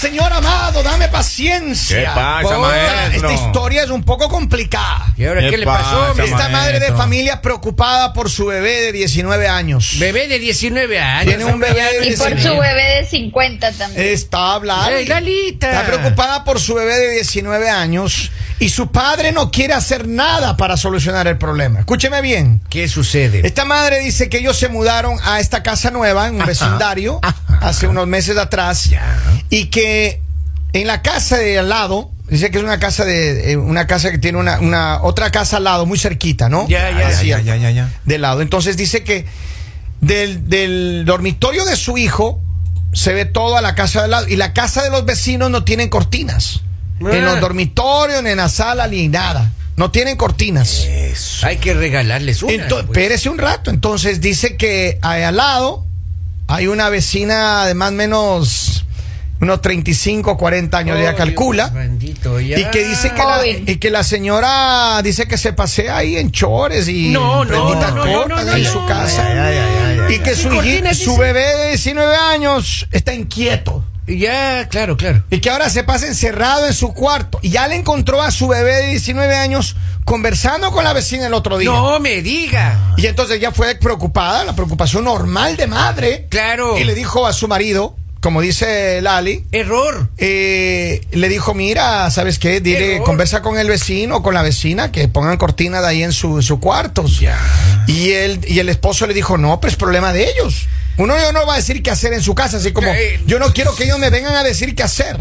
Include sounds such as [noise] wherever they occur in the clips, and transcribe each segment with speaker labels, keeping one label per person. Speaker 1: Señor amado, dame paciencia.
Speaker 2: ¿Qué pasa,
Speaker 1: Puta,
Speaker 2: maestro?
Speaker 1: Esta historia es un poco complicada.
Speaker 3: ¿Y ahora
Speaker 2: ¿Qué
Speaker 3: qué, le pasó?
Speaker 2: pasa,
Speaker 3: mi-
Speaker 1: Esta madre de
Speaker 2: maestro?
Speaker 1: familia preocupada por su bebé de 19 años.
Speaker 3: Bebé de 19 años.
Speaker 1: Tiene un bebé de
Speaker 3: Y
Speaker 4: Y por
Speaker 1: 19.
Speaker 4: su bebé de 50 también.
Speaker 1: Está hablando.
Speaker 3: Ey, Lalita.
Speaker 1: Está preocupada por su bebé de 19 años y su padre no quiere hacer nada para solucionar el problema. Escúcheme bien.
Speaker 3: ¿Qué sucede?
Speaker 1: Esta madre dice que ellos se mudaron a esta casa nueva en un vecindario hace unos meses atrás y que en la casa de al lado dice que es una casa de eh, una casa que tiene una, una otra casa al lado muy cerquita, ¿no?
Speaker 3: Ya, ya,
Speaker 1: Así,
Speaker 2: ya, ya, ya, ya.
Speaker 1: De lado. Entonces dice que del, del dormitorio de su hijo se ve todo a la casa de al lado y la casa de los vecinos no tienen cortinas. En los
Speaker 3: Ah.
Speaker 1: dormitorios, ni en la sala, ni nada. No tienen cortinas.
Speaker 3: Hay que regalarles una.
Speaker 1: Ento-
Speaker 3: pues.
Speaker 1: espérese un rato. Entonces dice que ahí al lado hay una vecina de más o menos unos 35, 40 años,
Speaker 3: Oh,
Speaker 1: ya
Speaker 3: Dios
Speaker 1: calcula.
Speaker 3: bendito, ya.
Speaker 1: Y que dice que, la,
Speaker 4: Joven.
Speaker 1: y que la señora dice que se pasea ahí en chores y
Speaker 3: No, no,
Speaker 1: prenditas
Speaker 3: no, no,
Speaker 1: cortas
Speaker 3: no,
Speaker 1: ahí en
Speaker 3: no,
Speaker 1: su
Speaker 3: no,
Speaker 1: casa.
Speaker 2: Ay, ay, ay, ay, ay,
Speaker 1: Y que
Speaker 3: Y
Speaker 1: su,
Speaker 3: cortinas,
Speaker 1: hiji- su
Speaker 3: dice.
Speaker 1: bebé de 19 años está inquieto.
Speaker 3: Ya, claro, claro.
Speaker 1: Y que ahora se pasa encerrado en su cuarto. Y ya le encontró a su bebé de 19 años conversando con la vecina el otro día.
Speaker 3: No me diga.
Speaker 1: Y entonces ella fue preocupada, la preocupación normal de madre.
Speaker 3: Claro.
Speaker 1: Y le dijo a su marido, como dice Lali,
Speaker 3: Error.
Speaker 1: eh, le dijo, mira, ¿sabes qué? Dile,
Speaker 3: Error.
Speaker 1: conversa con el vecino, con la vecina, que pongan cortina de ahí en su, en su cuarto. Y, él, y el esposo le dijo, no, pues problema de ellos. Uno yo no va a decir qué hacer en su casa, así como
Speaker 3: Eh.
Speaker 1: yo no quiero que ellos me vengan a decir qué hacer.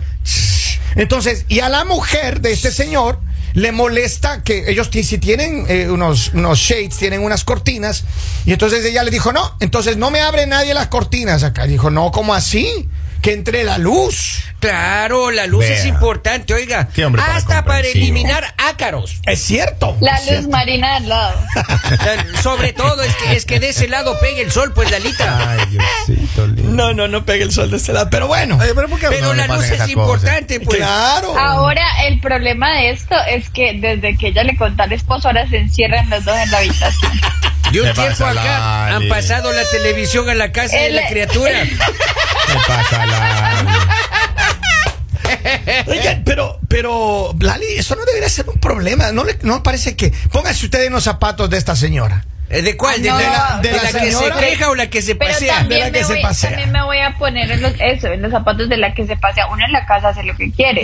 Speaker 1: Entonces, y a la mujer de este señor le molesta que ellos ti- si tienen eh, unos, unos shades, tienen unas cortinas, y entonces ella le dijo, no, entonces no me abre nadie las cortinas acá. Y dijo, no, ¿cómo así? Que entre la luz.
Speaker 3: Claro, la luz
Speaker 2: Vea.
Speaker 3: es importante, oiga.
Speaker 2: Qué hombre tan
Speaker 3: Hasta para
Speaker 2: comprensivo.
Speaker 3: eliminar ácaros.
Speaker 1: Es cierto.
Speaker 4: La luz marina al
Speaker 1: [laughs]
Speaker 4: lado.
Speaker 3: La- Sobre todo es que, es que de ese lado pegue el sol, pues,
Speaker 1: Ah,
Speaker 3: Lalita.
Speaker 2: Ay, Diosito lindo.
Speaker 1: No, no, no pega el sol de este lado. Pero bueno,
Speaker 2: Oye, pero ¿por qué a uno
Speaker 3: Pero
Speaker 2: le
Speaker 3: la
Speaker 2: pasan
Speaker 3: luz
Speaker 2: esas
Speaker 3: es importante, pues.
Speaker 1: claro.
Speaker 4: Ahora, el problema de esto es que desde que ella le contó al esposo, ahora se encierran los dos en la habitación.
Speaker 3: De un
Speaker 2: ¿Qué
Speaker 3: tiempo
Speaker 2: pasa,
Speaker 3: acá
Speaker 2: Lali?
Speaker 3: han pasado la televisión a la casa de
Speaker 4: El-
Speaker 3: la criatura.
Speaker 4: [laughs]
Speaker 2: cosas? ¿Qué pasa, Lali?
Speaker 1: Oigan, pero, pero, Lali, eso no debería ser un problema. No le no parece que. Pónganse ustedes en los zapatos de esta señora.
Speaker 3: Eh, ¿De cuál? ¿De
Speaker 4: No,
Speaker 3: la, de
Speaker 1: de
Speaker 3: la
Speaker 1: la
Speaker 3: que se
Speaker 1: señora.
Speaker 3: queja o la que se
Speaker 4: Pero
Speaker 3: pasea?
Speaker 1: de la
Speaker 4: también,
Speaker 1: [laughs] que
Speaker 4: me
Speaker 1: se
Speaker 4: voy,
Speaker 1: pasea.
Speaker 4: también me voy a poner en los, eso, en los zapatos de la que se pasea. Uno en la casa hace lo que quiere.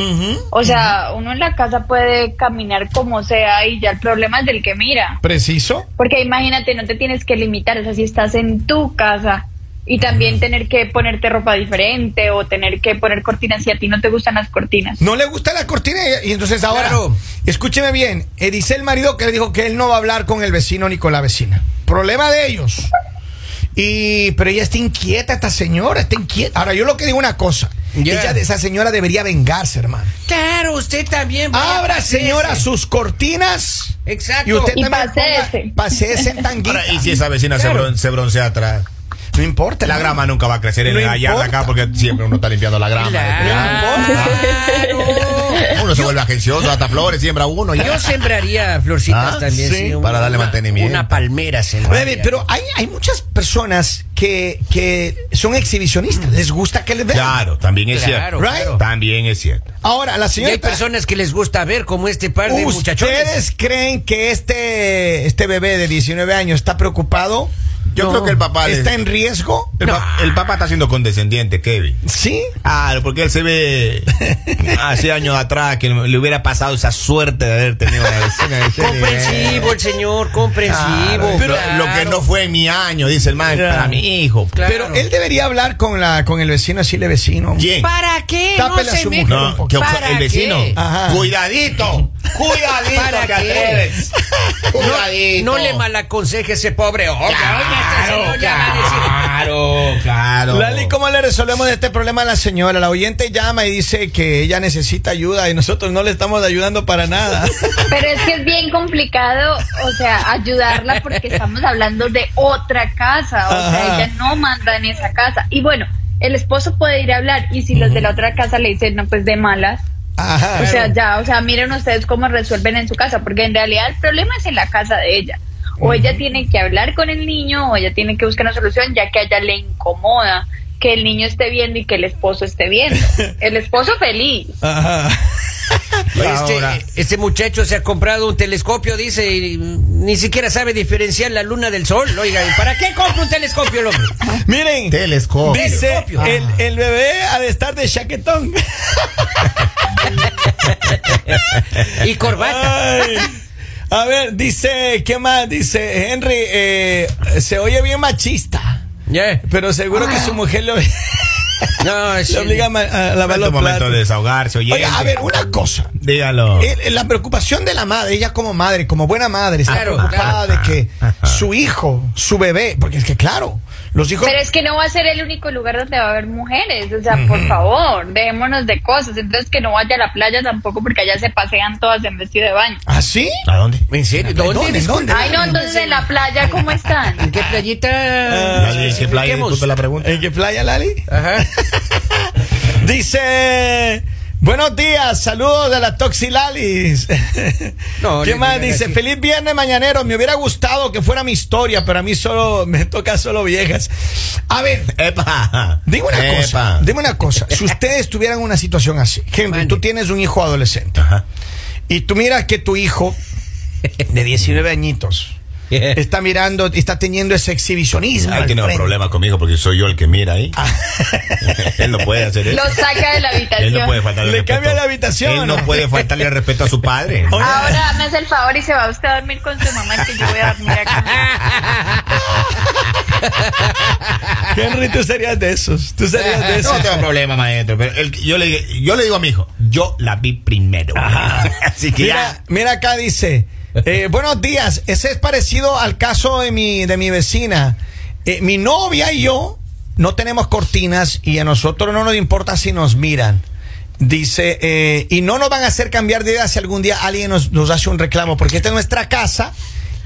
Speaker 4: o sea, uno en la casa puede caminar como sea y ya el problema es del que mira.
Speaker 1: Preciso.
Speaker 4: Porque imagínate, no te tienes que limitar, o sea, si estás en tu casa y también tener que ponerte ropa diferente o tener que poner cortinas si a ti no te gustan las cortinas.
Speaker 1: No le gusta la cortina y, y entonces ahora.
Speaker 3: Claro.
Speaker 1: Escúcheme bien. eh, dice el marido que le dijo que él no va a hablar con el vecino ni con la vecina. Problema de ellos. Y, pero ella está inquieta, esta señora, está inquieta. Ahora, yo lo que digo una cosa.
Speaker 3: Ya.
Speaker 1: Ella, de esa señora debería vengarse, hermano.
Speaker 3: Claro, usted también. vaya,
Speaker 1: Abra,
Speaker 3: pase
Speaker 1: señora,
Speaker 3: ese.
Speaker 1: sus cortinas.
Speaker 3: Exacto.
Speaker 1: Y usted
Speaker 4: Y
Speaker 1: también
Speaker 4: paséese.
Speaker 1: ponga- paséese en tanguita.
Speaker 2: Ahora, ¿y si esa vecina se,
Speaker 3: Claro.
Speaker 2: bron- se broncea atrás?
Speaker 1: No importa.
Speaker 2: La grama nunca va a crecer en
Speaker 1: No
Speaker 2: la yarda
Speaker 1: importa.
Speaker 2: acá porque siempre uno está limpiando la grama. ah,
Speaker 3: Claro.
Speaker 2: Uno se vuelve agencioso, hasta flores, siembra uno. Ya.
Speaker 3: Yo sembraría florcitas
Speaker 2: Ah,
Speaker 3: también.
Speaker 2: sí,
Speaker 3: un-
Speaker 2: para darle
Speaker 3: una-
Speaker 2: mantenimiento.
Speaker 3: Una palmera
Speaker 1: Oye,
Speaker 3: sembraría.
Speaker 1: pero ah, hay, hay muchas personas que, que son exhibicionistas. Les gusta que les vean.
Speaker 2: Claro, también es
Speaker 3: Claro,
Speaker 2: cierto.
Speaker 3: claro.
Speaker 2: También es cierto.
Speaker 1: Ahora, la
Speaker 3: Y
Speaker 1: señora.
Speaker 3: hay personas que les gusta ver como este par de muchachones.
Speaker 1: ¿Ustedes creen que este, este bebé de 19 años está preocupado?
Speaker 2: Yo creo que el papá le-
Speaker 1: ¿Está en riesgo?
Speaker 2: El, pa- el papá está siendo condescendiente, Kevin.
Speaker 1: Sí.
Speaker 2: Claro, porque él se [laughs] ve hace años atrás que le hubiera pasado esa suerte de haber tenido una vecina de ese
Speaker 3: Comprensivo el señor, comprensivo.
Speaker 2: nivel. Pero
Speaker 3: claro.
Speaker 2: lo que no fue en mi año, dice el maestro,
Speaker 1: Claro.
Speaker 2: para mi hijo.
Speaker 3: Claro.
Speaker 1: Pero él debería hablar con, la, con el vecino, decirle vecino.
Speaker 2: ¿Quién?
Speaker 3: ¿Para qué?
Speaker 1: Tápele a
Speaker 3: no se
Speaker 1: su
Speaker 3: me-
Speaker 1: mujer un
Speaker 2: No, que-
Speaker 1: poquito.
Speaker 3: ¿Para
Speaker 2: el vecino.
Speaker 3: qué?
Speaker 1: Ajá.
Speaker 2: Cuidadito, cuidadito
Speaker 3: ¿Para
Speaker 2: que
Speaker 3: qué? [laughs]
Speaker 2: atreves. Cuidadito.
Speaker 3: No le malaconseje a ese pobre hombre. Oiga, este
Speaker 2: Claro,
Speaker 3: señor ya va a decir,
Speaker 2: claro, claro.
Speaker 1: Lali, ¿cómo le resolvemos este problema a la señora? La oyente llama y dice que ella necesita ayuda y nosotros no le estamos ayudando para
Speaker 3: [laughs]
Speaker 1: nada.
Speaker 4: Pero es que es bien complicado, o sea, ayudarla porque estamos hablando de otra casa, o
Speaker 1: Ajá.
Speaker 4: sea, ella no manda en esa casa. Y bueno, el esposo puede ir a hablar y si los de la otra casa le dicen, no, pues de malas.
Speaker 1: Ajá.
Speaker 4: O sea, ya, o sea, miren ustedes cómo resuelven en su casa, porque en realidad el problema es en la casa de ella. O ella tiene que hablar con el niño, o ella tiene que buscar una solución, ya que a ella le incomoda que el niño esté viendo y que el esposo esté viendo.
Speaker 2: [laughs]
Speaker 4: El esposo feliz.
Speaker 2: Ajá. Ahora,
Speaker 3: Este, este muchacho se ha comprado un telescopio, dice, y ni siquiera sabe diferenciar la luna del sol. Oiga, ¿y ¿para qué compra un telescopio el hombre?
Speaker 1: Miren,
Speaker 2: telescopio.
Speaker 1: dice
Speaker 3: telescopio.
Speaker 1: el,
Speaker 2: Ah.
Speaker 1: el bebé ha de estar de chaquetón.
Speaker 3: Y corbata.
Speaker 1: Ay. [laughs] A ver, dice, ¿qué más? Dice Henry, eh, se oye bien machista,
Speaker 3: Ya.
Speaker 1: pero seguro que su mujer lo,
Speaker 3: No, es-
Speaker 1: le obliga a, ma- a lavar
Speaker 2: Momento
Speaker 1: los platos.
Speaker 2: de desahogarse, oye.
Speaker 5: Oiga, a ver, una cosa.
Speaker 2: Dígalo.
Speaker 5: Eh, La preocupación de la madre, ella como madre, como buena madre, está
Speaker 3: Claro,
Speaker 5: preocupada de
Speaker 2: claro. Ah,
Speaker 5: que
Speaker 2: Ajá.
Speaker 5: su hijo, su bebé, porque es que claro, los hijos.
Speaker 4: Pero es que no va a ser el único lugar donde va a haber mujeres, o sea, por favor, dejémonos de cosas. Entonces que no vaya a la playa tampoco porque allá se pasean todas en vestido de baño.
Speaker 5: ¿Ah, sí?
Speaker 2: ¿A dónde?
Speaker 3: ¿En serio? ¿Dónde?
Speaker 5: ¿Dónde?
Speaker 3: Disculpe.
Speaker 5: ¿Dónde?
Speaker 4: Ay, no, entonces en la playa, ¿cómo están?
Speaker 2: [laughs]
Speaker 3: ¿En qué playita?
Speaker 2: Nadie dice playa,
Speaker 3: Expliquemos.
Speaker 2: disculpe la pregunta.
Speaker 5: Eh,
Speaker 2: Ah,
Speaker 1: ¿En qué playa, Lali?
Speaker 3: Ajá.
Speaker 5: [laughs]
Speaker 1: Dice, buenos días, saludos de la Toxilalis.
Speaker 5: [laughs]
Speaker 3: No,
Speaker 1: ¿Qué
Speaker 3: le
Speaker 1: más?
Speaker 3: digan
Speaker 1: Dice,
Speaker 3: así.
Speaker 1: feliz viernes mañanero, me hubiera gustado que fuera mi historia, pero a mí
Speaker 5: [laughs]
Speaker 1: solo, me toca solo viejas.
Speaker 5: A ver,
Speaker 2: Epa.
Speaker 5: Dime una
Speaker 2: Epa.
Speaker 5: cosa, dime una cosa.
Speaker 3: [laughs]
Speaker 5: Si ustedes tuvieran una situación así, Henry,
Speaker 3: Mande.
Speaker 5: tú tienes un hijo adolescente
Speaker 2: Ajá.
Speaker 5: y tú miras que tu hijo de 19
Speaker 3: [laughs]
Speaker 5: añitos está mirando, está teniendo ese exhibicionismo.
Speaker 2: Ahí
Speaker 5: al
Speaker 2: tiene un
Speaker 5: frente.
Speaker 2: problema conmigo porque soy yo el que mira ahí. [laughs] Él no puede hacer eso.
Speaker 4: Lo saca de la
Speaker 2: Él no puede
Speaker 4: habitación.
Speaker 2: faltarle
Speaker 1: Le
Speaker 2: el respeto.
Speaker 1: cambia la habitación,
Speaker 2: Él
Speaker 1: ¿no?
Speaker 2: no puede faltarle el respeto a su padre. Ah,
Speaker 4: Ahora me hace el favor y se va usted a dormir con su mamá que yo voy a dormir acá.
Speaker 1: Henry, tú serías de esos, tú serías de
Speaker 2: No
Speaker 1: esos.
Speaker 2: tengo problema, maestro. Pero él- yo, le, dije- yo le digo a mi hijo, yo la vi primero. [laughs] Así que
Speaker 1: Mira,
Speaker 2: ya.
Speaker 1: mira acá dice,
Speaker 3: [laughs]
Speaker 1: eh, buenos días, ese es parecido al caso de mi, de mi vecina. Eh, mi novia y yo no tenemos cortinas y a nosotros no nos importa si nos miran. Dice, eh, y no nos van a hacer cambiar de idea si algún día alguien nos, nos hace un reclamo, porque esta es nuestra casa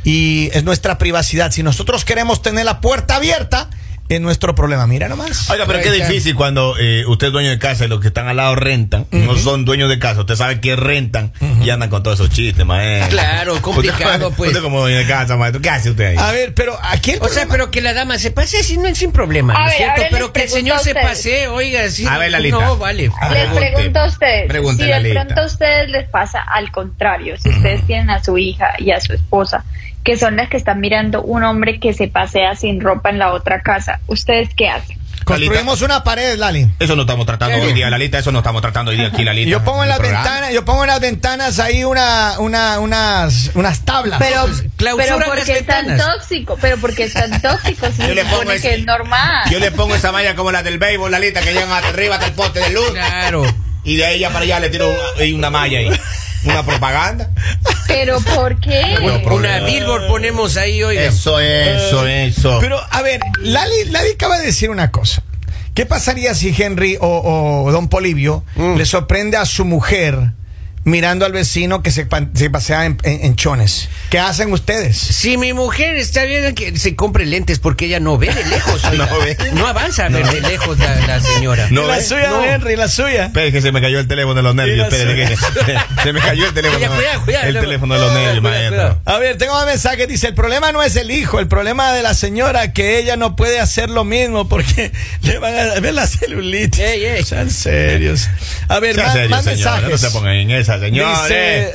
Speaker 1: y es nuestra privacidad. Si nosotros queremos tener la puerta abierta, es nuestro problema. Mira nomás.
Speaker 2: Oiga, pero qué difícil cuando eh, usted es dueño de casa y los que están al lado rentan. No son dueños de casa. Usted sabe que rentan y andan con todos esos chistes, maestro.
Speaker 3: Claro,
Speaker 2: [laughs] Usted-
Speaker 3: complicado, pues.
Speaker 2: Usted como dueño de casa, maestro. ¿Qué hace usted ahí?
Speaker 1: A ver, pero aquí el
Speaker 3: O sea,
Speaker 1: problema-
Speaker 3: pero que la dama se pase sin, sin problema,
Speaker 4: A
Speaker 3: ¿no es
Speaker 4: ver,
Speaker 3: cierto?
Speaker 4: ahora
Speaker 3: Pero
Speaker 4: les
Speaker 3: que el
Speaker 4: pregunto
Speaker 3: señor
Speaker 4: a
Speaker 3: se
Speaker 4: ustedes.
Speaker 3: pasee, oiga, sí.
Speaker 2: A ver, Lalita.
Speaker 3: No, vale.
Speaker 2: [laughs] A
Speaker 4: Les
Speaker 2: Pregunte,
Speaker 4: pregunto a ustedes, si
Speaker 2: pregúntele a
Speaker 4: de
Speaker 2: Leita.
Speaker 4: pronto a ustedes les pasa al contrario,
Speaker 2: Mm.
Speaker 4: si ustedes tienen a su hija y a su esposa, que son las que están mirando un hombre que se pasea sin ropa en la otra casa, ¿ustedes qué hacen?
Speaker 1: construimos una pared, Lali.
Speaker 2: Eso no estamos tratando
Speaker 3: Claro.
Speaker 2: hoy día, Lalita. Eso no estamos tratando hoy día aquí, Lalita.
Speaker 1: Yo pongo en
Speaker 2: el
Speaker 1: las
Speaker 2: programa.
Speaker 1: ventanas, yo pongo en las ventanas ahí una, una, unas, unas tablas.
Speaker 4: Pero,
Speaker 3: clausuran
Speaker 4: pero
Speaker 3: las
Speaker 4: porque es tan
Speaker 3: ventanas.
Speaker 4: tóxico, pero porque es tan tóxico, si
Speaker 2: [laughs] Yo
Speaker 4: se
Speaker 2: le pongo
Speaker 4: supone
Speaker 2: ese-
Speaker 4: que es normal.
Speaker 2: Yo le pongo esa malla como la del béisbol, Lalita, que llegan hasta arriba hasta el poste de luz.
Speaker 3: Claro.
Speaker 2: Y de ahí ya para allá le tiro un- y una malla ahí. Una propaganda.
Speaker 4: Pero ¿por qué?
Speaker 2: Bueno, por-
Speaker 3: Una billboard ponemos ahí, oiga.
Speaker 2: Eso, eso, eso.
Speaker 1: Pero, a ver, Lali, Lali acaba de decir una cosa. ¿Qué pasaría si Henry o, o Don Polivio
Speaker 2: Mm.
Speaker 1: le sorprende a su mujer mirando al vecino que se, pan- se pasea en, en- en chones? ¿Qué hacen ustedes?
Speaker 3: Si mi mujer está viendo que se compre lentes porque ella no ve de
Speaker 2: [laughs]
Speaker 3: lejos, oiga.
Speaker 2: No
Speaker 3: no,
Speaker 2: ve.
Speaker 3: avanza a ver de lejos la, la señora.
Speaker 2: No ve.
Speaker 3: No.
Speaker 1: Henry, la suya.
Speaker 2: Espere que se me cayó el teléfono de los nervios.
Speaker 1: Sí, la
Speaker 2: Espere que se me cayó el teléfono.
Speaker 3: Cuidado, cuidado, cuidado.
Speaker 2: el teléfono de los nervios,
Speaker 3: Cuidado,
Speaker 2: maestro.
Speaker 3: cuidado.
Speaker 1: A ver, tengo un mensaje. Dice: El problema no es el hijo, el problema de la señora que ella no puede hacer lo mismo porque [laughs] le van a ver la celulitis.
Speaker 3: Ey, ey.
Speaker 1: Sean serios. A ver,
Speaker 2: Sea
Speaker 1: más,
Speaker 2: serio,
Speaker 1: más
Speaker 2: señora,
Speaker 1: mensajes.
Speaker 2: No se pongan en esa, señores.
Speaker 1: Dice-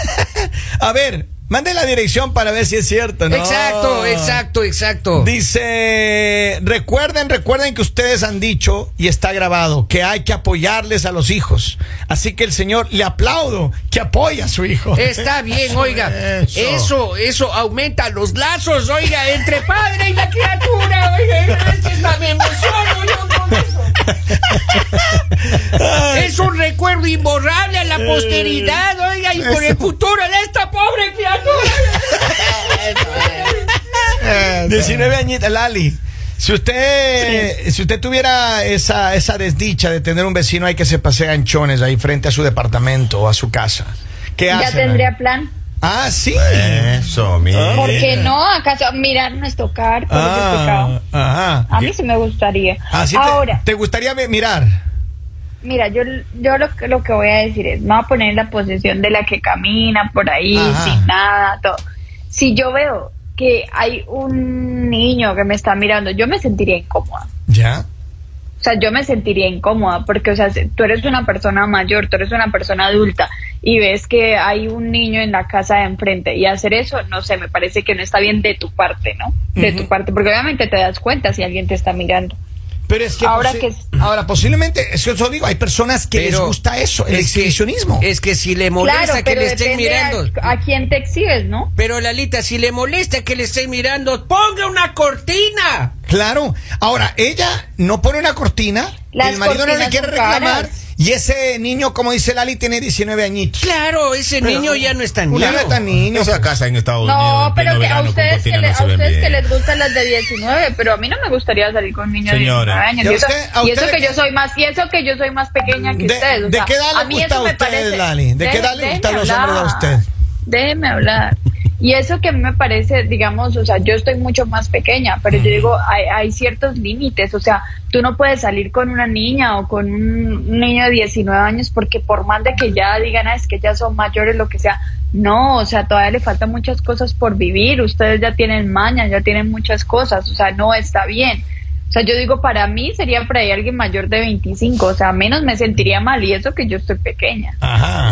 Speaker 1: [laughs] a ver, mande la dirección para ver si es cierto, ¿no?
Speaker 3: Exacto, exacto, exacto.
Speaker 1: Dice, recuerden, recuerden que ustedes han dicho y está grabado que hay que apoyarles a los hijos. Así que el señor le aplaudo que apoya a su hijo. [laughs]
Speaker 3: Está bien, oiga.
Speaker 2: eso.
Speaker 3: Eso. eso, aumenta los lazos, oiga, entre padre y la criatura, oiga. Es la me emociono yo con eso. Es un recuerdo imborrable a la
Speaker 1: Eh,
Speaker 3: posteridad, oiga, y por el futuro de esta pobre criatura.
Speaker 1: 19 añitos, Eh, Lali. Si usted, si usted tuviera esa, esa desdicha de tener un vecino ahí que se pasea anchones ahí frente a su departamento o a su casa, ¿qué hace?
Speaker 4: ya
Speaker 1: Lali?
Speaker 4: tendría plan.
Speaker 1: Ah, sí.
Speaker 2: Eso, Ah, mira.
Speaker 4: Ah, ¿Por qué no? ¿Acaso mirar no es tocar? ¿Cuál es el
Speaker 1: Ah,
Speaker 4: pecado?
Speaker 1: ajá.
Speaker 4: A mí sí me gustaría.
Speaker 2: Ah,
Speaker 1: Así te-
Speaker 4: Ahora,
Speaker 1: te, gustaría ve- mirar.
Speaker 4: mira, yo, yo lo, que- lo que voy a decir es, me voy a poner en la posición de la que camina por ahí,
Speaker 1: Ajá.
Speaker 4: sin nada, todo. Si yo veo que hay un niño que me está mirando, yo me sentiría incómoda.
Speaker 1: Ya.
Speaker 4: sea, yo me sentiría incómoda porque, o sea, si- tú eres una persona mayor, tú eres una persona adulta y ves que hay un niño en la casa de enfrente y hacer eso, no sé, me parece que no está bien de tu parte, ¿no? De tu parte, porque obviamente te das cuenta si alguien te está mirando.
Speaker 1: Pero es que,
Speaker 4: Ahora
Speaker 1: posi-
Speaker 4: que-
Speaker 1: ahora posiblemente, es que yo digo, hay personas que les
Speaker 3: Pero
Speaker 1: gusta eso, el
Speaker 3: es que-
Speaker 1: exhibicionismo.
Speaker 3: es que si le molesta que
Speaker 4: pero
Speaker 3: le estén
Speaker 4: depende a-
Speaker 3: mirando.
Speaker 4: A, quién te exhibes, ¿no?
Speaker 3: Pero Lalita, si le molesta que le estén mirando, ponga una cortina.
Speaker 1: Claro. Ahora, ella no pone una cortina,
Speaker 4: Las
Speaker 1: el marido no le
Speaker 4: cortinas
Speaker 1: quiere
Speaker 4: son
Speaker 1: reclamar,
Speaker 4: caras.
Speaker 1: y ese niño, como dice Lali, tiene 19 añitos.
Speaker 3: Claro, ese niño ya no es tan niño.
Speaker 1: Ya no es
Speaker 3: [laughs]
Speaker 1: tan niño.
Speaker 2: Esa casa en Estados Unidos.
Speaker 4: No,
Speaker 2: en
Speaker 4: pero
Speaker 2: pleno
Speaker 4: que a
Speaker 2: verano, con
Speaker 4: ustedes, que,
Speaker 2: cortina
Speaker 4: le-
Speaker 2: no se
Speaker 4: a
Speaker 2: ven
Speaker 4: ustedes
Speaker 2: bien.
Speaker 4: que les gustan las de 19, pero a mí no me gustaría salir con niños
Speaker 2: Señora,
Speaker 4: de 19 años.
Speaker 1: ¿y a
Speaker 4: Y eso,
Speaker 1: usted- a
Speaker 4: y eso
Speaker 1: usted
Speaker 4: que
Speaker 1: qué-
Speaker 4: yo soy más, y eso que yo soy más pequeña que
Speaker 1: ¿De-
Speaker 4: ustedes. o
Speaker 1: de
Speaker 4: sea,
Speaker 1: qué edad le
Speaker 4: a mí
Speaker 1: gusta
Speaker 4: eso
Speaker 1: a
Speaker 4: me
Speaker 1: usted,
Speaker 4: parece-
Speaker 1: Lali? ¿De qué edad le
Speaker 4: Déjeme
Speaker 1: gustan los hombres a
Speaker 4: hablar.
Speaker 1: usted?
Speaker 4: Déjeme hablar. Y eso que a mí me parece, digamos, o sea, yo estoy mucho más pequeña, pero yo digo, hay, hay ciertos límites, o sea, tú no puedes salir con una niña o con un niño de 19 años porque por más de que ya digan, "Ah, es que ya son mayores, lo que sea, no, o sea, todavía le faltan muchas cosas por vivir, ustedes ya tienen maña, ya tienen muchas cosas, o sea, no está bien. O sea, yo digo, para mí sería por ahí alguien mayor de 25, o sea, menos me sentiría mal y eso que yo estoy pequeña.
Speaker 2: Ajá.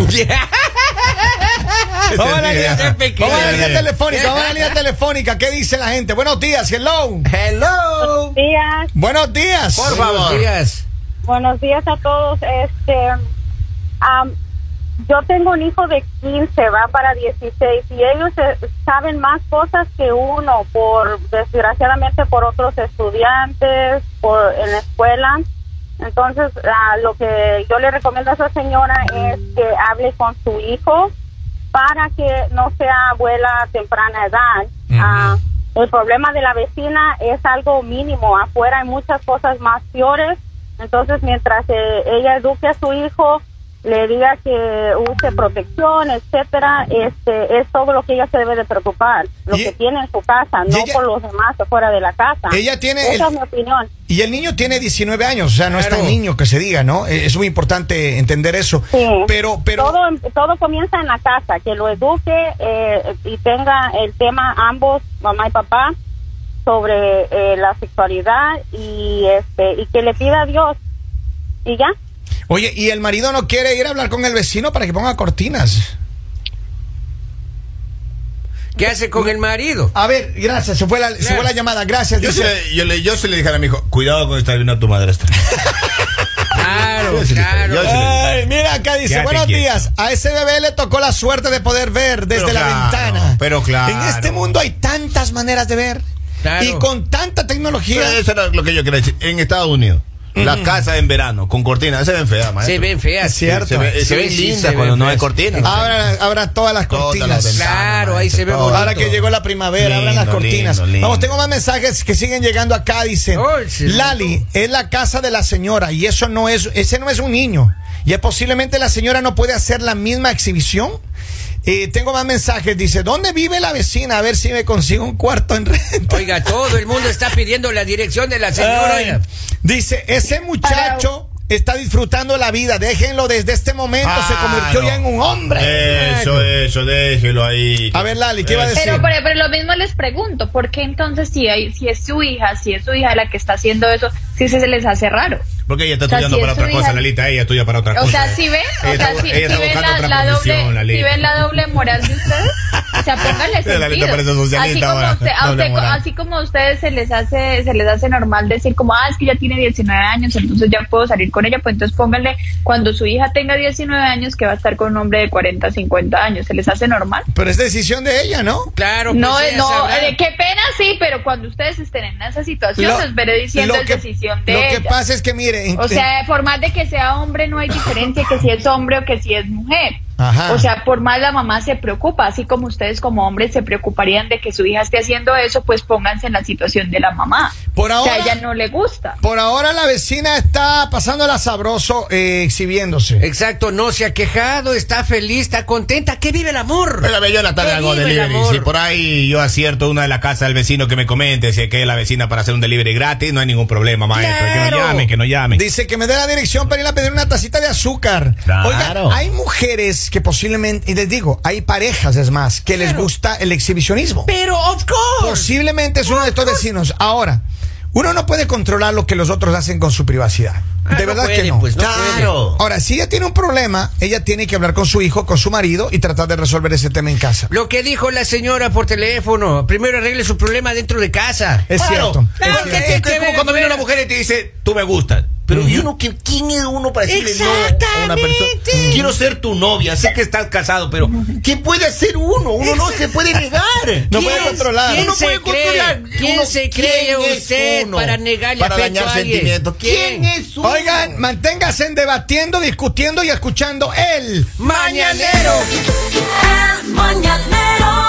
Speaker 1: Vamos a la línea,
Speaker 2: Ajá.
Speaker 1: vamos a la línea telefónica, vamos a la línea telefónica. ¿Qué dice la gente? Buenos días, hello.
Speaker 3: Hello.
Speaker 6: días,
Speaker 1: Buenos días.
Speaker 2: Por
Speaker 3: Buenos
Speaker 2: favor.
Speaker 3: días.
Speaker 6: buenos días a todos. Este, am, yo tengo un hijo de 15, va para 16 y ellos eh, saben más cosas que uno, por desgraciadamente por otros estudiantes, por en la escuela. Entonces, ah, lo que yo le recomiendo a esa señora es que hable con su hijo para que no sea abuela a temprana edad. Ah, el problema de la vecina es algo mínimo. Afuera hay muchas cosas más peores. Entonces, mientras eh, ella eduque a su hijo, le diga que use protección, etcétera, este, es todo lo que ella se debe de preocupar. Lo
Speaker 1: Y-
Speaker 6: que tiene en su casa,
Speaker 1: y
Speaker 6: no
Speaker 1: ella-
Speaker 6: por los demás afuera de la casa.
Speaker 1: Ella tiene
Speaker 6: Esa
Speaker 1: el-
Speaker 6: es mi opinión.
Speaker 1: Y el niño tiene 19 años, o sea, no es
Speaker 3: Claro.
Speaker 1: tan niño que se diga, ¿no? Eh, Es muy importante entender eso.
Speaker 6: Sí.
Speaker 1: Pero, pero.
Speaker 6: todo em, todo comienza en la casa, que lo eduque eh, y tenga el tema ambos mamá y papá sobre eh, la sexualidad y este y que le pida a Dios y ya.
Speaker 1: Oye, y el marido no quiere ir a hablar con el vecino para que ponga cortinas.
Speaker 3: ¿Qué hace con
Speaker 1: [laughs]
Speaker 3: el marido?
Speaker 1: A ver, gracias, se fue la, se
Speaker 3: Claro.
Speaker 1: fue la llamada, gracias.
Speaker 2: Yo sí
Speaker 1: dice-
Speaker 2: le, yo, le, yo sí le dije a mi hijo, cuidado con estar viendo a tu [laughs] madrastra.
Speaker 3: Claro,
Speaker 2: Yo sí le-
Speaker 3: claro.
Speaker 2: yo sí le-
Speaker 1: Ay, mira acá dice,
Speaker 2: Ya te
Speaker 1: buenos
Speaker 2: quiero".
Speaker 1: días. A ese bebé le tocó la suerte de poder ver desde
Speaker 2: Pero
Speaker 1: la
Speaker 2: claro,
Speaker 1: ventana.
Speaker 2: pero claro.
Speaker 1: En este mundo hay tantas maneras de ver.
Speaker 3: Claro.
Speaker 1: Y con tanta
Speaker 2: Sí,
Speaker 1: tecnología.
Speaker 2: Eso era lo que yo quería decir. En Estados Unidos,
Speaker 4: Mm.
Speaker 2: las casas en verano con cortinas se ven feas, maestro.
Speaker 3: Se ven feas.
Speaker 1: Es cierto.
Speaker 2: Se, ve-
Speaker 3: Sí,
Speaker 2: se ven
Speaker 3: sí,
Speaker 2: lindas
Speaker 3: se ven
Speaker 2: cuando no hay
Speaker 3: feas.
Speaker 2: cortinas.
Speaker 1: Ahora, ahora todas las
Speaker 2: Todas las
Speaker 1: cortinas.
Speaker 2: ventanas,
Speaker 3: Claro, ahí
Speaker 2: maestro,
Speaker 3: se ve
Speaker 2: todas.
Speaker 3: bonito.
Speaker 1: Ahora que llegó la primavera,
Speaker 2: Lindo,
Speaker 1: abran las
Speaker 2: lindo,
Speaker 1: cortinas.
Speaker 2: lindo.
Speaker 1: Vamos, tengo más mensajes que siguen llegando acá. Dicen,
Speaker 3: Oh, sí.
Speaker 1: Lali, es la casa de la señora y eso no es, ese no es un niño. Y es posiblemente la señora no puede hacer la misma exhibición. Eh, tengo más mensajes. Dice, ¿dónde vive la vecina? A ver si me consigo un cuarto en renta.
Speaker 3: Oiga, todo el mundo está pidiendo la dirección de la señora.
Speaker 1: Ay.
Speaker 3: oiga.
Speaker 1: Dice, ese muchacho está disfrutando la vida. Déjenlo desde este momento. se convirtió
Speaker 2: Claro.
Speaker 1: ya en un hombre.
Speaker 2: Ah, Eso, eso, déjelo ahí.
Speaker 1: A ver, Lali, ¿qué va a
Speaker 2: [laughs]
Speaker 1: decir?
Speaker 4: Pero, pero, pero lo mismo les pregunto, ¿por qué entonces si, hay, si es su hija, si es su hija la que está haciendo eso, si se, se les hace raro?
Speaker 2: Porque ella está
Speaker 4: O sea,
Speaker 2: estudiando
Speaker 4: si
Speaker 2: para
Speaker 4: es
Speaker 2: otra
Speaker 4: su
Speaker 2: cosa,
Speaker 4: hija-
Speaker 2: Lalita, ella estudia para otra
Speaker 4: O
Speaker 2: cosa.
Speaker 4: sea, si ven,
Speaker 2: Ah, Ella
Speaker 4: o sea,
Speaker 2: está-
Speaker 4: si,
Speaker 2: ella está
Speaker 4: si ven
Speaker 2: buscando
Speaker 4: la,
Speaker 2: otra
Speaker 4: la
Speaker 2: profesión,
Speaker 4: doble,
Speaker 2: Lalita.
Speaker 4: si ven la doble moral de ustedes, o sea,
Speaker 2: [laughs]
Speaker 4: pónganle
Speaker 2: Lalita
Speaker 4: sentido.
Speaker 2: parece socialista
Speaker 4: así, como
Speaker 2: ahora,
Speaker 4: a usted- a
Speaker 2: doble
Speaker 4: usted-
Speaker 2: moral.
Speaker 4: así como a ustedes se les hace, se les hace normal decir como, ah, es que ya tiene 19 años, entonces ya puedo salir con ella, pues entonces pónganle cuando su hija tenga 19 años que va a estar con un hombre de 40, 50 años, ¿se les hace normal?
Speaker 1: pero es decisión de ella, ¿no?
Speaker 3: Claro, pues
Speaker 4: No,
Speaker 3: ella
Speaker 4: no,
Speaker 3: sabrá.
Speaker 4: eh, qué pena sí, pero cuando ustedes estén en esa situación, pues
Speaker 1: Lo-
Speaker 4: les veré diciendo
Speaker 1: lo
Speaker 4: es
Speaker 1: que-
Speaker 4: decisión de
Speaker 1: Lo que
Speaker 4: ella.
Speaker 1: pasa es que, mire, este, en-
Speaker 4: o sea, por más de que sea hombre, no hay diferencia que si es hombre o que si es mujer.
Speaker 1: Ajá.
Speaker 4: O sea, por más la mamá se preocupa, así como ustedes como hombres se preocuparían de que su hija esté haciendo eso, pues pónganse en la situación de la mamá.
Speaker 1: Por
Speaker 4: o
Speaker 1: ahora-
Speaker 4: sea, a ella no le gusta.
Speaker 1: Por ahora la vecina está pasándola sabroso eh, exhibiéndose.
Speaker 3: Exacto, no se ha quejado, está feliz, está contenta. ¿Qué vive el amor?
Speaker 2: Pero a ver, yo en la tarde
Speaker 3: Que
Speaker 2: hago
Speaker 3: vive el
Speaker 2: delivery.
Speaker 3: amor.
Speaker 2: Si por ahí yo acierto una de las casas del vecino que me comente, si es que es la vecina para hacer un delivery gratis, no hay ningún problema, maestro. Que
Speaker 3: Claro.
Speaker 2: no llamen, que no llamen.
Speaker 1: Dice que me dé la dirección para ir a pedir una tacita de azúcar.
Speaker 2: Claro.
Speaker 1: Oiga, hay mujeres que posiblemente, y les digo, hay parejas, es más, que les gusta el exhibicionismo.
Speaker 3: Pero, of course.
Speaker 1: Posiblemente es uno de estos vecinos. Ahora, Uno no puede controlar lo que los otros hacen con su privacidad.
Speaker 3: Ah,
Speaker 1: de
Speaker 3: no
Speaker 1: verdad que
Speaker 3: puede,
Speaker 1: no.
Speaker 3: pues, no
Speaker 2: Claro.
Speaker 1: Ahora, si ella tiene un problema, ella tiene que hablar con su hijo, con su marido y tratar de resolver ese tema en casa.
Speaker 3: Lo que dijo la señora por teléfono. Primero arregle su problema dentro de casa.
Speaker 1: Es
Speaker 2: Claro.
Speaker 1: cierto.
Speaker 3: Claro
Speaker 2: Es-
Speaker 3: que
Speaker 2: es-
Speaker 3: tiene
Speaker 2: es
Speaker 3: que
Speaker 2: como
Speaker 3: ver,
Speaker 2: cuando viene
Speaker 3: ver.
Speaker 2: una mujer y te dice, tú me gustas. Pero yo no, que- ¿quién es uno para decirle no a una persona?
Speaker 3: Exactamente.
Speaker 2: Quiero ser tu novia, sé que estás casado, pero ¿qué puede hacer uno? Uno no se puede negar.
Speaker 1: No
Speaker 3: ¿Quién-
Speaker 1: puede controlar.
Speaker 3: ¿Quién
Speaker 2: Uno
Speaker 3: se
Speaker 2: puede
Speaker 3: cree?
Speaker 2: controlar.
Speaker 3: ¿Quién
Speaker 2: Uno-
Speaker 3: se cree
Speaker 2: ¿quién es
Speaker 3: usted
Speaker 2: uno
Speaker 3: para negarle
Speaker 2: para
Speaker 3: afecto
Speaker 2: dañar
Speaker 3: a alguien?
Speaker 2: sentimientos? ¿Quién?
Speaker 3: ¿Quién?
Speaker 2: es uno?
Speaker 1: Oigan, manténgase en debatiendo, discutiendo y escuchando él.
Speaker 3: Mañanero.
Speaker 7: El mañanero